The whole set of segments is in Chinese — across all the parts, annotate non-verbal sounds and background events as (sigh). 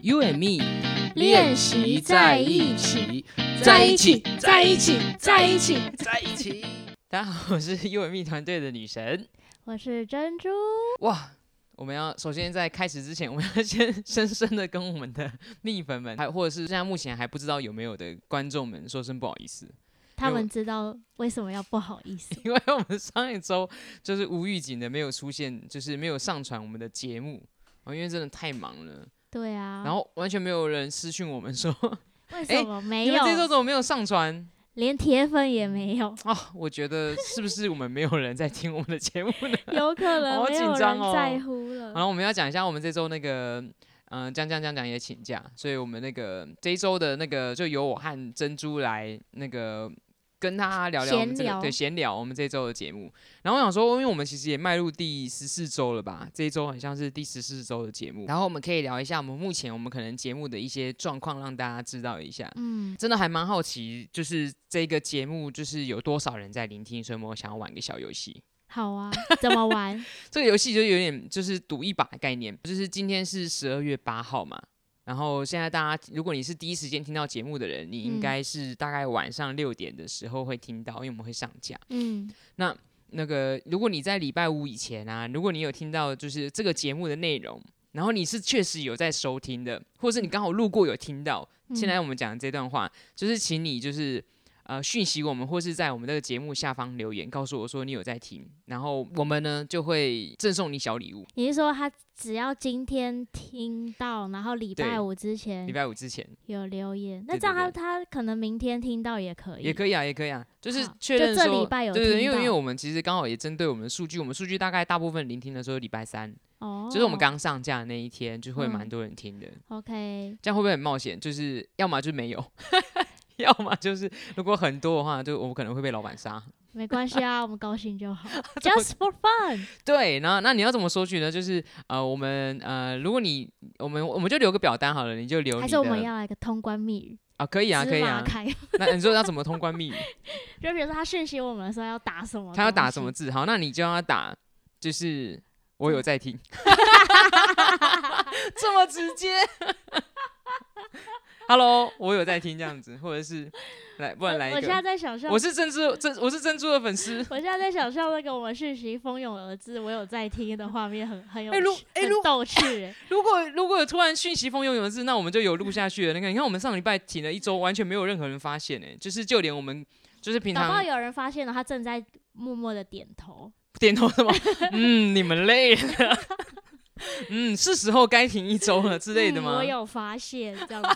You and me 练习在一起，在一起，在一起，在一起，在一起。大家好，我是 You and me 团队的女神。我是珍珠。哇，我们要首先在开始之前，我们要先深深的跟我们的蜜粉们，还或者是现在目前还不知道有没有的观众们说声不好意思，他们知道为什么要不好意思？因为我们上一周就是无预警的没有出现，就是没有上传我们的节目，哦，因为真的太忙了，对啊，然后完全没有人私讯我们说，为什么没 (laughs) 你们有？这周怎么没有上传？连铁粉也 (laughs) 没有，哦，我觉得是不是我们没有人在听我们的节目呢？ (laughs) 有可能好没紧有张人哦在乎了。然后我们要讲一下，我们这周那个，嗯、江江江江也请假，所以我们那个这一周的那个就由我和珍珠来那个跟他聊聊我们这闲个聊对闲聊我们这周的节目。然后我想说，因为我们其实也迈入第十四周了吧，这一周好像是第十四周的节目，然后我们可以聊一下我们目前我们可能节目的一些状况，让大家知道一下。嗯，真的还蛮好奇，就是这个节目就是有多少人在聆听，所以我想要玩个小游戏。好啊，怎么玩？ (laughs) 这个游戏就有点就是赌一把的概念，就是今天是十二月八号嘛，然后现在大家如果你是第一时间听到节目的人，你应该是大概晚上六点的时候会听到，因为我们会上架。嗯，那个如果你在礼拜五以前啊，如果你有听到就是这个节目的内容，然后你是确实有在收听的，或者是你刚好路过有听到，嗯现在我们讲的这段话，就是请你就是呃讯息我们，或是在我们这个节目下方留言，告诉我说你有在听，然后我们呢就会赠送你小礼物。你是说他只要今天听到，然后礼拜对五之礼前拜五之前有留言，那对这样对他他可能明天听到也可以，也可以啊，也可以啊，就是好确就认这说礼拜有对对，听因为因为到我们其实刚好也针对我们的数据，我们数据大概大部分聆听的时候礼拜三，哦，就是我们刚上架的那一天，就会蛮嗯多人听的。 OK，这样会不会很冒险？就是要么就没 (laughs) 有，要么就是如果很多的话，就我可能会被老板杀。没关系啊，我们高 (laughs) 兴就好，just for fun。对，然后那你要怎么索取呢？就是呃，我们呃，如果你我们我们就留个表单好了，你就留还你是我的们要来个通关密语，啊，可以啊，可芝以麻啊。开。那你说要怎么通关密语？就比如说他讯息我们的时候要打什么，他要打什么？字？好，那你就要打，就是我有在 (laughs) 听，这么直接。Hello，我有在听这样子，或者是来，不然来一我现在个，在想象，我我是珍珠，珍我是珍珠的粉丝。现在在想象那个我们讯息蜂拥而至，我有在听的画面很，很有哎如趣哎很如逗趣、欸。如果如果有突然讯息蜂拥而至，那我们就有录下去了。那个，你看我们上礼拜停了一周，完全没有任何人发现哎、就是就连我们就是平搞不好常有人发现了，他正在默默的点头。点头什么，嗯，你们累了， (laughs) 嗯，是时候该停一周了之类的嗯吗？我有发现这样子，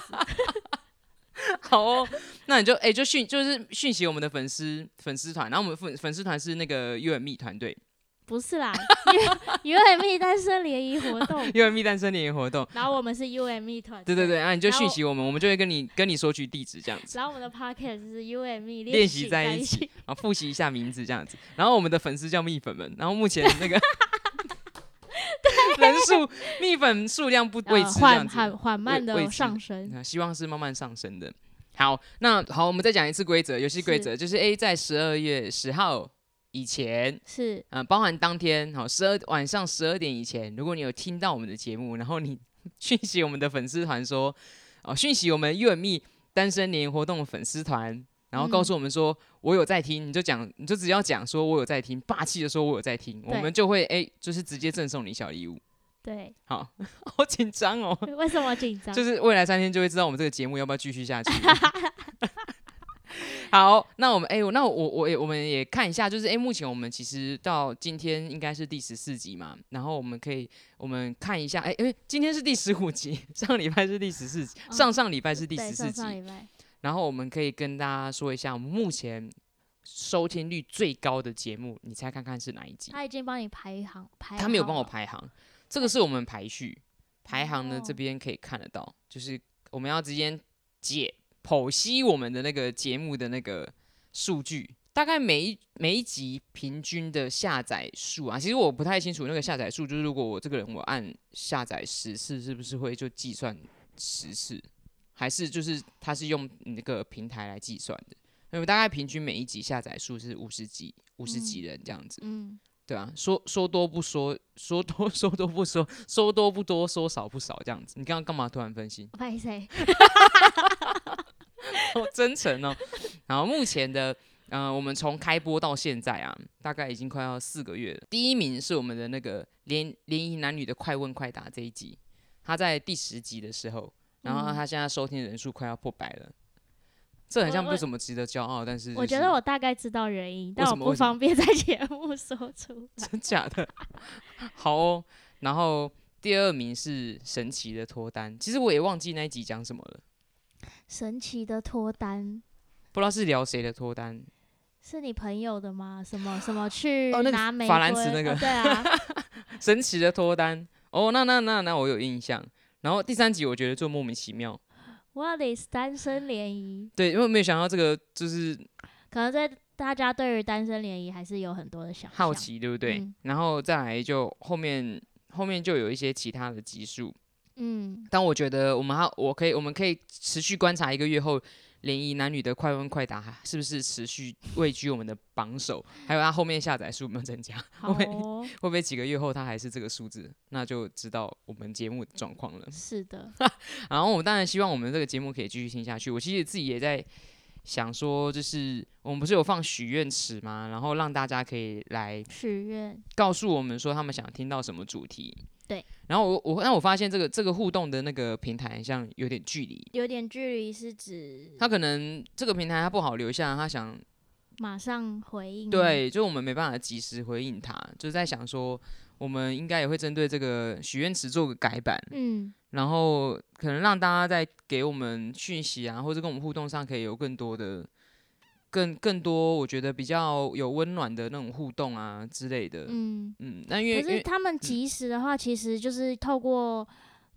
(laughs) 好哦，那你就哎、就讯就是讯息我们的粉丝粉丝团，然后我们粉粉丝团是那个 U M E 团队不是啦，U U M E 单身联谊活动， U (laughs) M E 单身联谊活动，然后我们是 U M E 团，对对对，，啊，你就然后讯息我们，我们就会跟你跟你索取地址这样子。然后我们的 Podcast 是 U M E 练习习在一一起，然后复习一下名字这样子。然后我们的粉丝叫蜜粉们，然后目前那个 (laughs) 人数蜜粉数量不维呃持这样缓子缓，缓慢位的置上升，那希望是慢慢上升的。好，那好，我们再讲一次规则，游戏规是则就是：A 在十二月十号以前，是嗯、包含当天，好，十二晚上十二点以前，如果你有听到我们的节目，然后你 (laughs) 讯息我们的粉丝团说，哦，讯息我们 U M E 单身联谊活动粉丝团，然后告诉我们说、我有在听，你就讲，你就只要讲说我有在听，霸气的说我有在听，我对们就会哎、就是直接赠送你小礼物。对， (laughs) 好， (laughs) 好紧张哦，为什么紧张？就是未来三天就会知道我们这个节目要不要继续下去。 (laughs) 好，那我们哎、我那我我也我们也看一下，就是哎、目前我们其实到今天应该是第十四集嘛，然后我们可以我们看一下，哎、因为今天是第十五集，上礼拜是第十四集，嗯上上礼拜是第对十四上集，上礼拜然后我们可以跟大家说一下，我们目前收听率最高的节目，你猜看看是哪一集？他已经帮你排行排，他没有帮我，排行，这个是我们排序排行呢，这哦边可以看得到，就是我们要直接解剖析我们的那个节目的那个数据，大概每一每一集平均的下载数啊，其实我不太清楚那个下载数，就是如果我这个人我按下载十次，是不是会就计算十次，还是就是它是用那个平台来计算的？因为大概平均每一集下载数是五十几五十几人这样子，嗯，对啊，说说多不说，说多 (laughs) 说多不说，说多不多，说少不少，这样子。你刚刚干嘛突然分心？不好意思欸， (laughs) 嗯好真诚哦。然后目前的，嗯、我们从开播到现在啊，大概已经快要四个月了。第一名是我们的那个联联谊男女的快问快答这一集，他在第十集的时候，然后嗯他现在收听人数快要破百了，这很像我不怎么值得骄傲，但是、就是、我觉得我大概知道原因，但为我什么不为什么方便在节目说出来。 (laughs) 真假的，好哦。然后第二名是神奇的脱单，其实我也忘记那一集讲什么了，神奇的脱单不知道是聊谁的脱单，是你朋友的吗？什么什么去哦那个拿玫瑰？法兰茨那个哦对啊， (laughs) 神奇的脱单。哦，那那那那我有印象。然后第三集我觉得最莫名其妙， What is 单身联谊？对，因为没有想到这个就是可能在大家对于单身联谊还是有很多的想象好，奇，对不对？嗯然后再来就后面后面就有一些其他的集数，嗯，但我觉得我们还我可以我们可以持续观察一个月后联谊男女的快问快答还是不是持续位居我们的榜首，还有它后面下载数有没有增加， (laughs) 好会不会会哦，不会几个月后它还是这个数字，那就知道我们节目的状况了。是的，然后我当然希望我们这个节目可以继续听下去。我其实自己也在想说，就是我们不是有放许愿池吗？然后让大家可以来许愿，告诉我们说他们想听到什么主题。对。然后我我但我发现这个这个互动的那个平台好像有点距离，有点距离是指他可能这个平台他不好留下，他想马上回应吗，对，就我们没办法及时回应他，就在想说我们应该也会针对这个许愿池做个改版。嗯，然后可能让大家在给我们讯息啊，或者跟我们互动上可以有更多的、更更多，我觉得比较有温暖的那种互动啊之类的。嗯嗯，那因为可因是为嗯他们及时的话，其实就是透过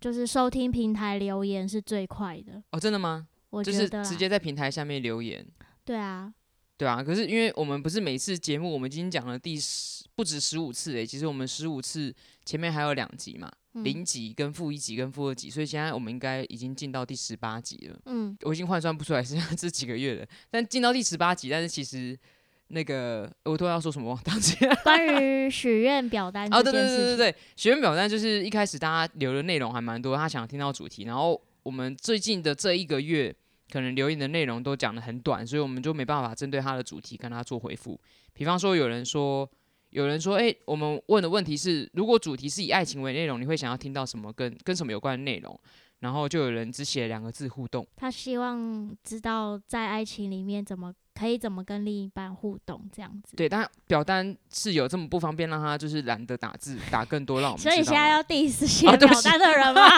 就是收听平台留言是最快的，哦，真的吗？我就觉是得啦啊直接在平台下面留言，对啊，对啊。可是因为我们不是每次节目，我们已经讲了第十不止十五次诶、欸其实我们十五次前面还有两集嘛，嗯零集跟负一集跟负二集，所以现在我们应该已经进到第十八集了。嗯，我已经换算不出来是 (laughs) 这几个月了，但进到第十八集，但是其实那个我突然要说什么忘记了关于许愿表单哦，这对对件对对事情，对，学员表单就是一开始大家留的内容还蛮多，他想听到主题，然后我们最近的这一个月可能留言的内容都讲的很短，所以我们就没办法针对他的主题跟他做回复。比方说有人说。有人说，哎、我们问的问题是，如果主题是以爱情为内容，你会想要听到什么跟跟什么有关的内容？然后就有人只写两个字互动。他希望知道在爱情里面怎么可以怎么跟另一半互动这样子。对，但表单是有这么不方便，让他就是懒得打字，打更多让我们知所道以吗。现在要 diss 写哦对表不起单的人吗？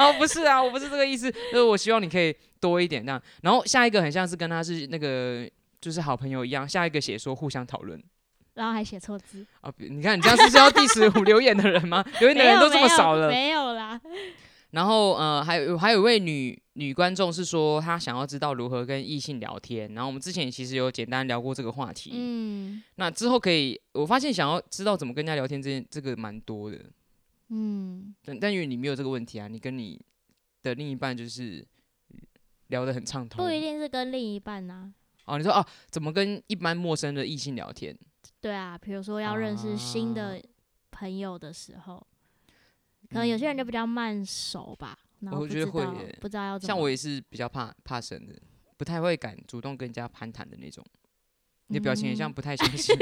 (laughs) 哦，不是啊，我不是这个意思，就是我希望你可以多一点这样。然后下一个很像是跟他是那个就是好朋友一样，下一个写说互相讨论然后还写错 (laughs) 字，啊，比你看你这样是不是要 (laughs) diss 我留言的人吗？留言的没人有都这么少了。没有没有啦。然后呃，还有还有一位女女观众是说她想要知道如何跟异性聊天，然后我们之前也其实有简单聊过这个话题。嗯那之后可以，我发现想要知道怎么跟人家聊天这件这个蛮多的。嗯，但但因为你没有这个问题啊，你跟你的另一半就是聊得很畅通。不一定是跟另一半啊呐、哦，你说哦，怎么跟一般陌生的异性聊天？对啊，比如说要认识啊新的朋友的时候，可能有些人就比较慢熟吧，然嗯后我不觉知得道会耶不知道要怎么。像我也是比较怕怕生的，不太会敢主动跟人家攀谈的那种。你的表情也像嗯不太相 (laughs) 信，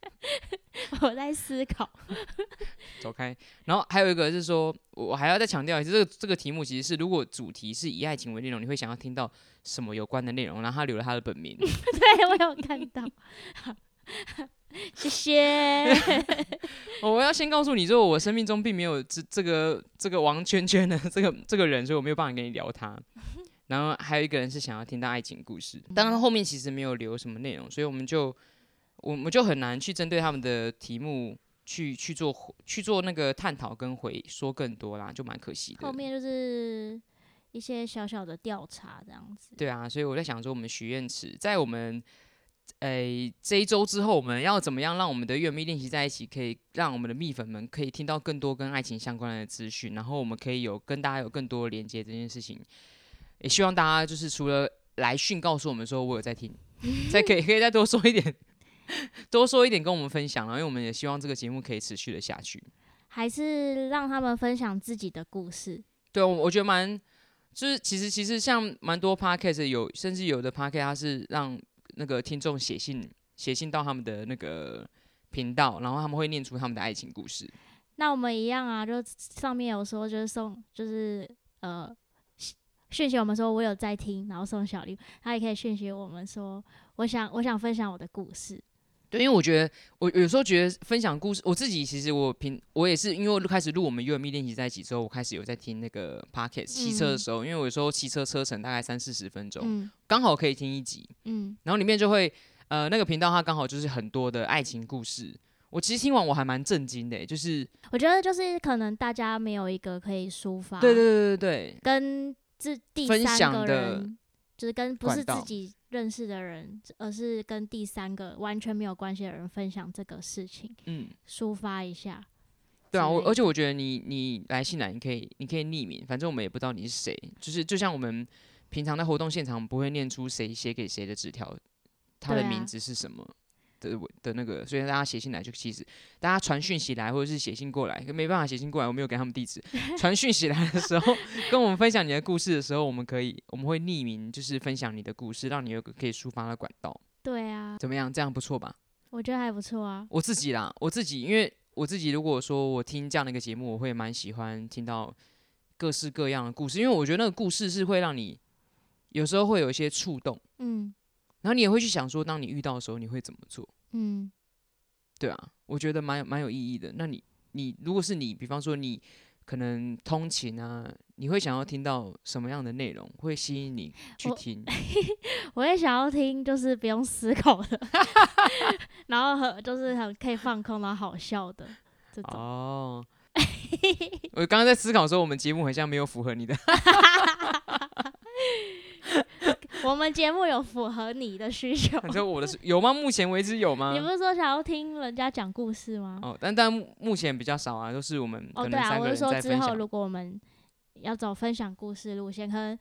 (laughs) 我在思考， (laughs) 走开。然后还有一个是说，我我还要再强调一次，这个这个题目其实是，如果主题是以爱情为内容，你会想要听到什么有关的内容？然后他留了他的本名，对我有看到， (laughs) 好谢 (laughs) 谢。我要先告诉你，就我生命中并没有这这个这个王圈圈的 (laughs) 这个这个人，所以我没有办法跟你聊他。然后还有一个人是想要听到爱情故事，当然后面其实没有留什么内容，所以我们就我们就很难去针对他们的题目去去做去做那个探讨跟回说更多啦，就蛮可惜的后。面就是一些小小的调查这样子。对啊，所以我在想说，我们许愿池在我们诶、这一周之后，我们要怎么样让我们的乐迷练习在一起，可以让我们的蜜粉们可以听到更多跟爱情相关的资讯，然后我们可以有跟大家有更多的连接这件事情。也希望大家就是除了来讯告诉我们说我有在听，再可以可以再多说一点。多说一点跟我们分享啦，因为我们也希望这个节目可以持续的下去。还是让他们分享自己的故事。对，我我觉得蛮，就是其实其实像蛮多 podcast 有，甚至有的 podcast 它是让那个听众写信写信到他们的那个频道，然后他们会念出他们的爱情故事。那我们一样啊，就上面有说就是送，就是呃讯讯息我们说我有在听，然后送小礼物，他也可以讯息我们说我想我想分享我的故事。对，因为我觉得我有时候觉得分享故事，我自己其实我平我也是因为开始录我们 U M E 练习在一起之后，我开始有在听那个 podcast 骑车的时候，因为我有时候骑车车程大概三四十分钟，嗯刚好可以听一集，嗯，然后里面就会呃那个频道它刚好就是很多的爱情故事。我其实听完我还蛮震惊的、欸就是我觉得就是可能大家没有一个可以抒发，对对对对对，跟自第分三享个的人，就是跟不管是自道己认识的人，而是跟第三个完全没有关系的人分享这个事情，嗯，抒发一下。对啊，之我类而且我觉得你你来信来，你可以你可以匿名，反正我们也不知道你是谁，就是就像我们平常在活动现场不会念出谁写给谁的纸条，他对的啊名字是什么的我的那个，所以大家写信来就其实大家传讯息来或者是写信过来，没办法写信过来，我没有给他们地 (laughs) 址，传讯息来的时候跟我们分享你的故事的时候，我们可以我们会匿名就是分享你的故事，让你有个可以抒发的管道，对啊，怎么样？这样不错吧？我觉得还不错啊。我自己啦，我自己，因为我自己如果说我听这样的一个节目，我会蛮喜欢听到各式各样的故事，因为我觉得那个故事是会让你有时候会有一些触动，嗯然后你也会去想说，当你遇到的时候你会怎么做，嗯，对啊，我觉得蛮有蛮有意义的。那你你如果是你，比方说你可能通勤啊，你会想要听到什么样的内容会吸引你去我 (laughs) 听？我也想要听，就是不用思考的， (laughs) 然后很就是很可以放空，然后好笑的这种。哦，我刚刚在思考说，我们节目好像没有符合你的。 (laughs)，我们节目有符合你的需求 (laughs) 你说我的是有吗？目前为止有吗？你不是说想要听人家讲故事吗？啊哦，但但目目前比较少啊，都是我们可哦，对能啊，三个我是人说在之分后享。如果我们要走分享故事路线，可能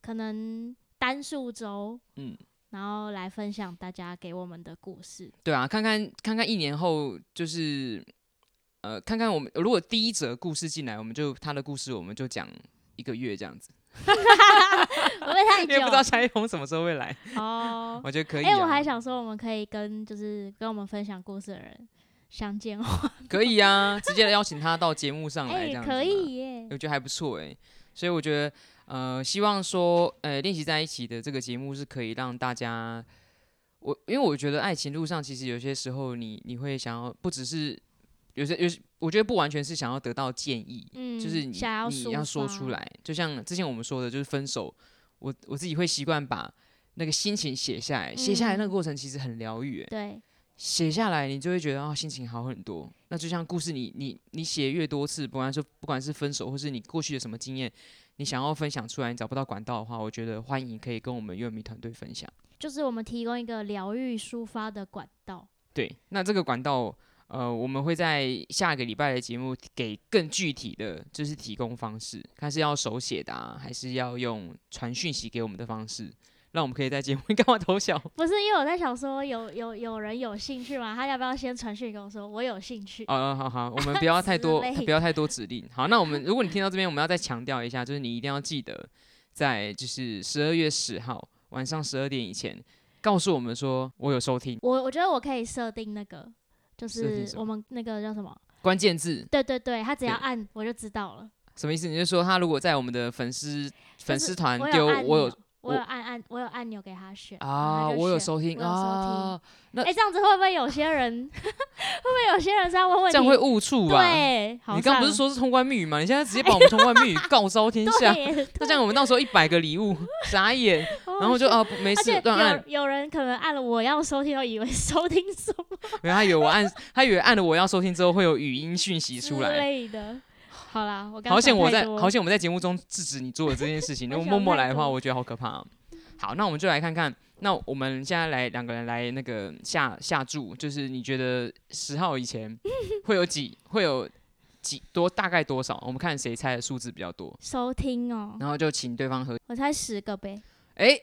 可能单数周，嗯，然后来分享大家给我们的故 (laughs) 事。对啊，看看看看一年后就是呃，看看我们如果第一则故事进来，我们就他的故事我们就讲一个月这样子，我会太因为不知道久夏一峰什么时候会来，哦。我觉 (laughs) 得可以、啊。哎、我还想说，我们可以跟就是跟我们分享故事的人相见哦。可以啊，直接邀请他到节目上来哎、这样子嘛。可以耶。我觉得还不错哎、所以我觉得呃，希望说呃，练习在一起的这个节目是可以让大家，我因为我觉得爱情路上其实有些时候你你会想要不只是有些有些，我觉得不完全是想要得到建议，嗯，就是你想要你要说出发，来，就像之前我们说的，就是分手，我我自己会习惯把。那个心情写下来，写下来那个嗯过程其实很疗愈、欸，对，写下来，你就会觉得啊、心情好很多。那就像故事你，你你写越多次，不管是不管是分手，或是你过去的什么经验，你想要分享出来，你找不到管道的话，我觉得欢迎可以跟我们乐迷团队分享。就是我们提供一个疗愈抒发的管道。对，那这个管道，呃，我们会在下个礼拜的节目给更具体的，就是提供方式，看是要手写的、啊，还是要用传讯息给我们的方式，让我们可以在节目 (laughs) 你干嘛偷笑？不是，因为我在想说有，有有人有兴趣吗？他要不要先传讯跟我说我有兴趣？哦，哦好好，我们不要太之多类，不要太多指令。好，那我们如果你听到这边，我们要再强调一下，就是你一定要记得，在就是十二月十号晚上十二点以前，告诉我们说我有收听，我我觉得我可以设定那个，就设定是什么我们那个叫什么？关键字对对对，他只要对按我就知道了。什么意思？你就说他如果在我们的粉丝粉丝团我丢有按我有钮，我有我按按我有按钮给他选啊，我有。收听我有收啊，哎、诶这样子会不会有些人 (laughs) 会不会有些人在问问这样题？会误触吧？对，好你刚不是像说是通关密语吗？你现在直接把我们通关密语告昭天下，(laughs) (laughs) 对耶？那这样我们到时候一百个礼物，傻眼，然然后就啊不没而且事乱按有，有人可能按了我要收听，都以为 (laughs) 收听什么没有，他以为我按， (laughs) 他以为按了我要收听之后会有语音讯息之出来。类的。好啦，我刚好险想我太在，多好险我们在节目中制止你做的这件事 (laughs) 情。我如果想默默太来的话，多我觉得好可怕、哦。好，那我们就来看看。那我们现在来两个人来那个下下注，就是你觉得十号以前会有几会有几多大概多少？我们看谁猜的数字比较多，收听哦、然后就请对方喝。我猜十个呗。哎、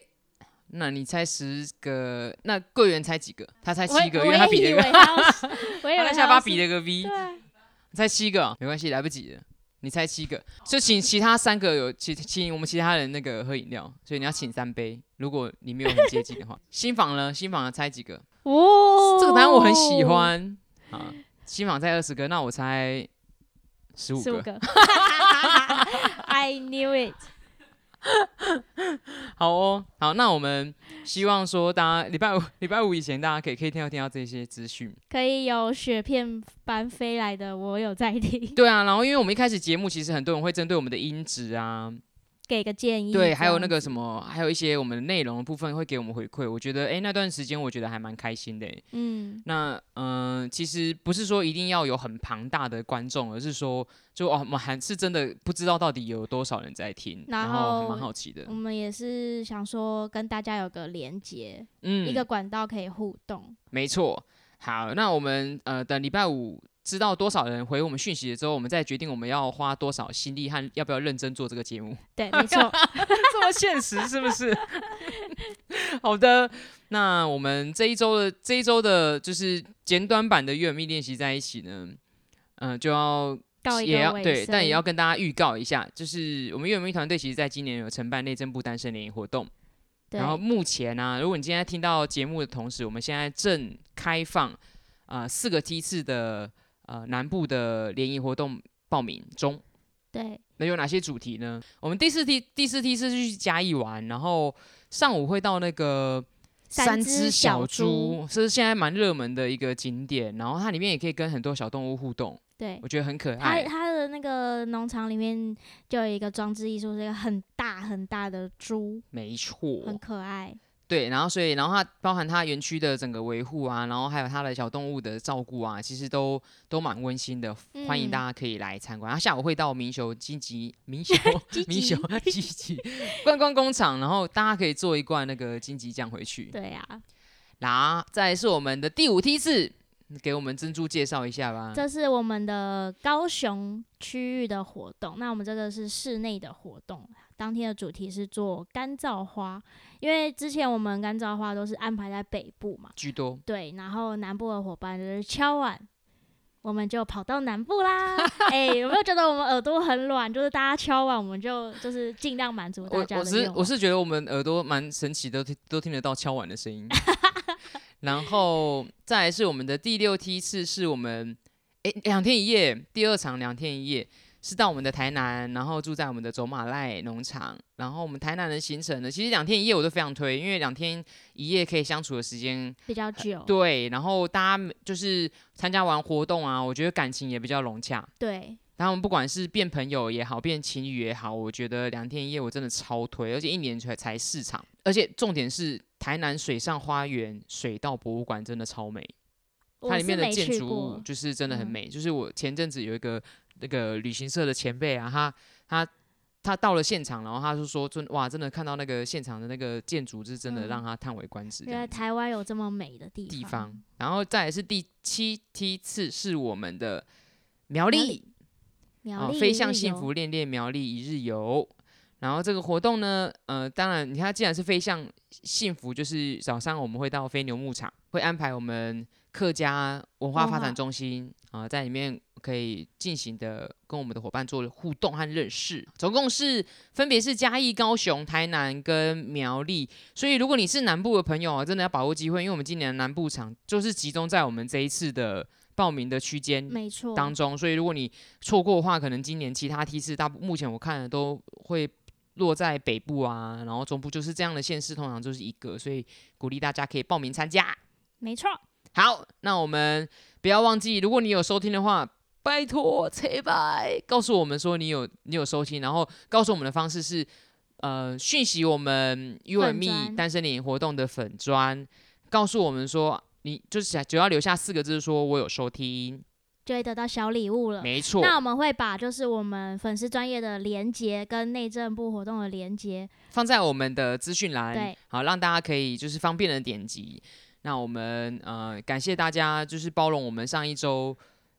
那你猜十个，那桂圆猜几个？他猜我七个，我因为他也比以了 (laughs) 为个，他要是，我以他为的他下巴要比是了个 V，对啊，猜七个哦，没关系，来不及了。你猜七个，就请其他三个有请请我们其他人那个喝饮料，所以你要请三杯。如果你没有很接近的话，新房呢？新房呢？猜几个？哦，这个答案我很喜，欢啊。新房猜二十个，那我猜十五十五个。个，I knew it， (laughs) 好哦，好，那我们希望说大家礼拜五礼拜五以前大家可以可以听到听到这些资讯。可以有雪片般飞来的，我有在听，对啊，然后因为我们一开始节目其实很多人会针对我们的音质啊，给个建议，对，还有那个。个什么，还有一些我们的内容的部分会给我们回馈。我觉得，哎，那段时间我觉得还蛮开心的诶。欸嗯，那嗯、呃其实不是说一定要有很庞大的观众，而是说就哦，我们还是真的不知道到底有多少人在听，然然后还后嗯蛮好奇的我。们也是想说跟大家有个连接，嗯，一个管道可以互动。没错。好，那我们呃等礼拜五知道多少人回我们讯息之后，我们再决定我们要花多少心力和要不要认真做这个节目。 (laughs) 对，没错，这么现实是不是？ (laughs) 好的，那我们这一周的这一周的就是简短版的粤语练习在一起呢，嗯、就要告一也个要尾对，但也声要跟大家预告一下，就是我们粤语团队其实在今年有承办内政部单身联谊活动，对然后目前呢、如果你今天听到节目的同时，我们现在正开放呃四个梯次的呃南部的联谊活动报名中。对那有哪些主题呢？我们第四梯第四梯是去嘉义玩，然后上午会到那个三只只小小猪，这是现在蛮热门的一个景点。然后它里面也可以跟很多小动物互动，对我，觉得很可它爱。它的那个农场里面就有一个装置艺术，是一个很大很大的猪，没很错，可爱。对。然后所以，然后它包含它园区的整个维护啊，然后还有它的小动物的照顾啊，其实都都蛮温馨的。欢迎嗯大家可以来参观。然后下午会到明雄金吉明雄明雄金吉 (laughs) 观光工厂，然后大家可以做一罐那个金吉酱回去。对啊，嗯然后再来是我们的第五梯次，给我们珍珠介绍一下吧。这是我们的高雄区域的活动。那我们这个是室内的活动，当天的主题是做干燥花，因为之前我们干燥花都是安排在北部嘛，居多，对，然后南部的伙伴就是敲碗，我们就跑到南部啦。哎、有没有觉得我们耳朵很软？就是大家敲碗，我们就就是尽量满足大我家我的是愿望。我是觉得我们耳朵蛮神奇的，都听都听得到敲碗的声音。 (laughs) 然后再来是我们的第六梯次，是我们诶两天一夜，第二场两天一夜是到我们的台南，然后住在我们的走马濑农场。然后我们台南的行程呢，其实两天一夜我都非常推，因为两天一夜可以相处的时间比较久，对，然后大家每就是参加完活动啊，我觉得感情也比较融洽。对然后我们不管是变朋友也好，变情侣也好，我觉得两天一夜我真的超推，而且一年才才四场，而且重点是台南水上花园水道博物馆真的超美，它我里是面的没建去筑物过，就是真的很嗯美。就是我前阵子有一个那个旅行社的前辈啊，他他他到了现场，然后他就说真哇，真的看到那个现场的那个建筑是真的嗯让他叹为观止这原来样子。台湾有这么美的地地方。然后再来是第七梯次是我们的苗苗栗栗，苗哦栗飞一向日幸游福恋恋苗栗一日游。然后这个活动呢，呃，当然，你看，既然是飞向幸福，就是早上我们会到飞牛牧场，会安排我们客家文化文发展化中心啊、在里面可以进行的跟我们的伙伴做互动和认识。总共是分别是嘉义、高雄、台南跟苗栗，所以如果你是南部的朋友啊，真的要把握机会，因为我们今年的南部场就是集中在我们这一次的报名的区间没错，当中，所以如果你错过的话，可能今年其他梯次大部目前我看的都会落在北部啊，然后中部就是这样的县市，通常就是一个，所以鼓励大家可以报名参加。没错，好，那我们不要忘记，如果你有收听的话，拜托切拜，告诉我们说你有你有收听，然后告诉我们的方式是呃讯息我们 U M 粉 E 专单身联谊活动的粉砖，告诉我们说你就是想只要留下四个字说我有收听，就会得到小礼物了。没错。那我们会把就是我们粉丝专业的连接跟内政部活动的连接，放在我们的资讯栏对，好让大家可以就是方便的点击。那我们呃感谢大家就是包容我们上一周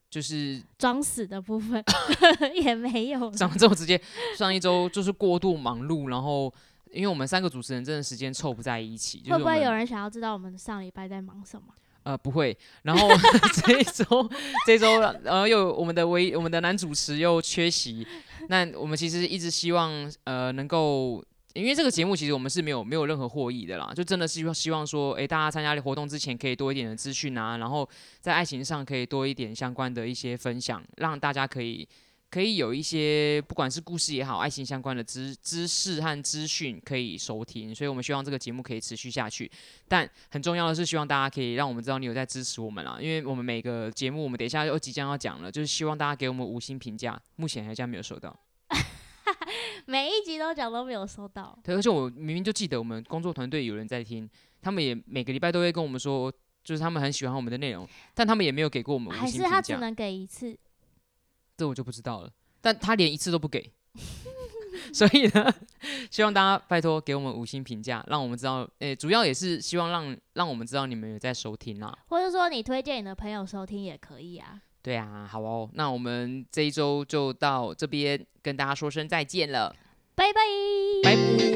就是 (laughs) 装死的部分 (laughs) 也没有了。上周直接上一周就是过度忙碌，然后因为我们三个主持人真的时间凑不在一起，就是会不我会们有人想要知道我们上礼拜在忙什么？呃，不会。然后 (laughs) 这一周，这一周，呃，又有我们的唯我们的男主持又缺席。那我们其实一直希望，呃，能够，因为这个节目其实我们是没有没有任何获益的啦，就真的是希望希望说，诶，大家参加活动之前可以多一点的资讯啊，然后在爱情上可以多一点相关的一些分享，让大家可以。可以有一些不管是故事也好，爱情相关的知知识和资讯可以收听，所以我们希望这个节目可以持续下去。但很重要的是，希望大家可以让我们知道你有在支持我们啦，因为我们每个节目，我们等一下又即将要讲了，就是希望大家给我们五星评价，目前还这样没有收到。每一集都讲都没有收到，对，而且我明明就记得我们工作团队有人在听，他们也每个礼拜都会跟我们说，就是他们很喜欢我们的内容，但他们也没有给过我们五还星是评他只价，能给一次？这我就不知道了。但他连一次都不给，所以呢，希望大家拜托给我们五星评价，让我们知道，诶、主要也是希望让让我们知道你们有在收听啦。或者说你推荐你的朋友收听也可以啊。对啊，好哦，那我们这一周就到这边跟大家说声再见了，拜拜。拜拜。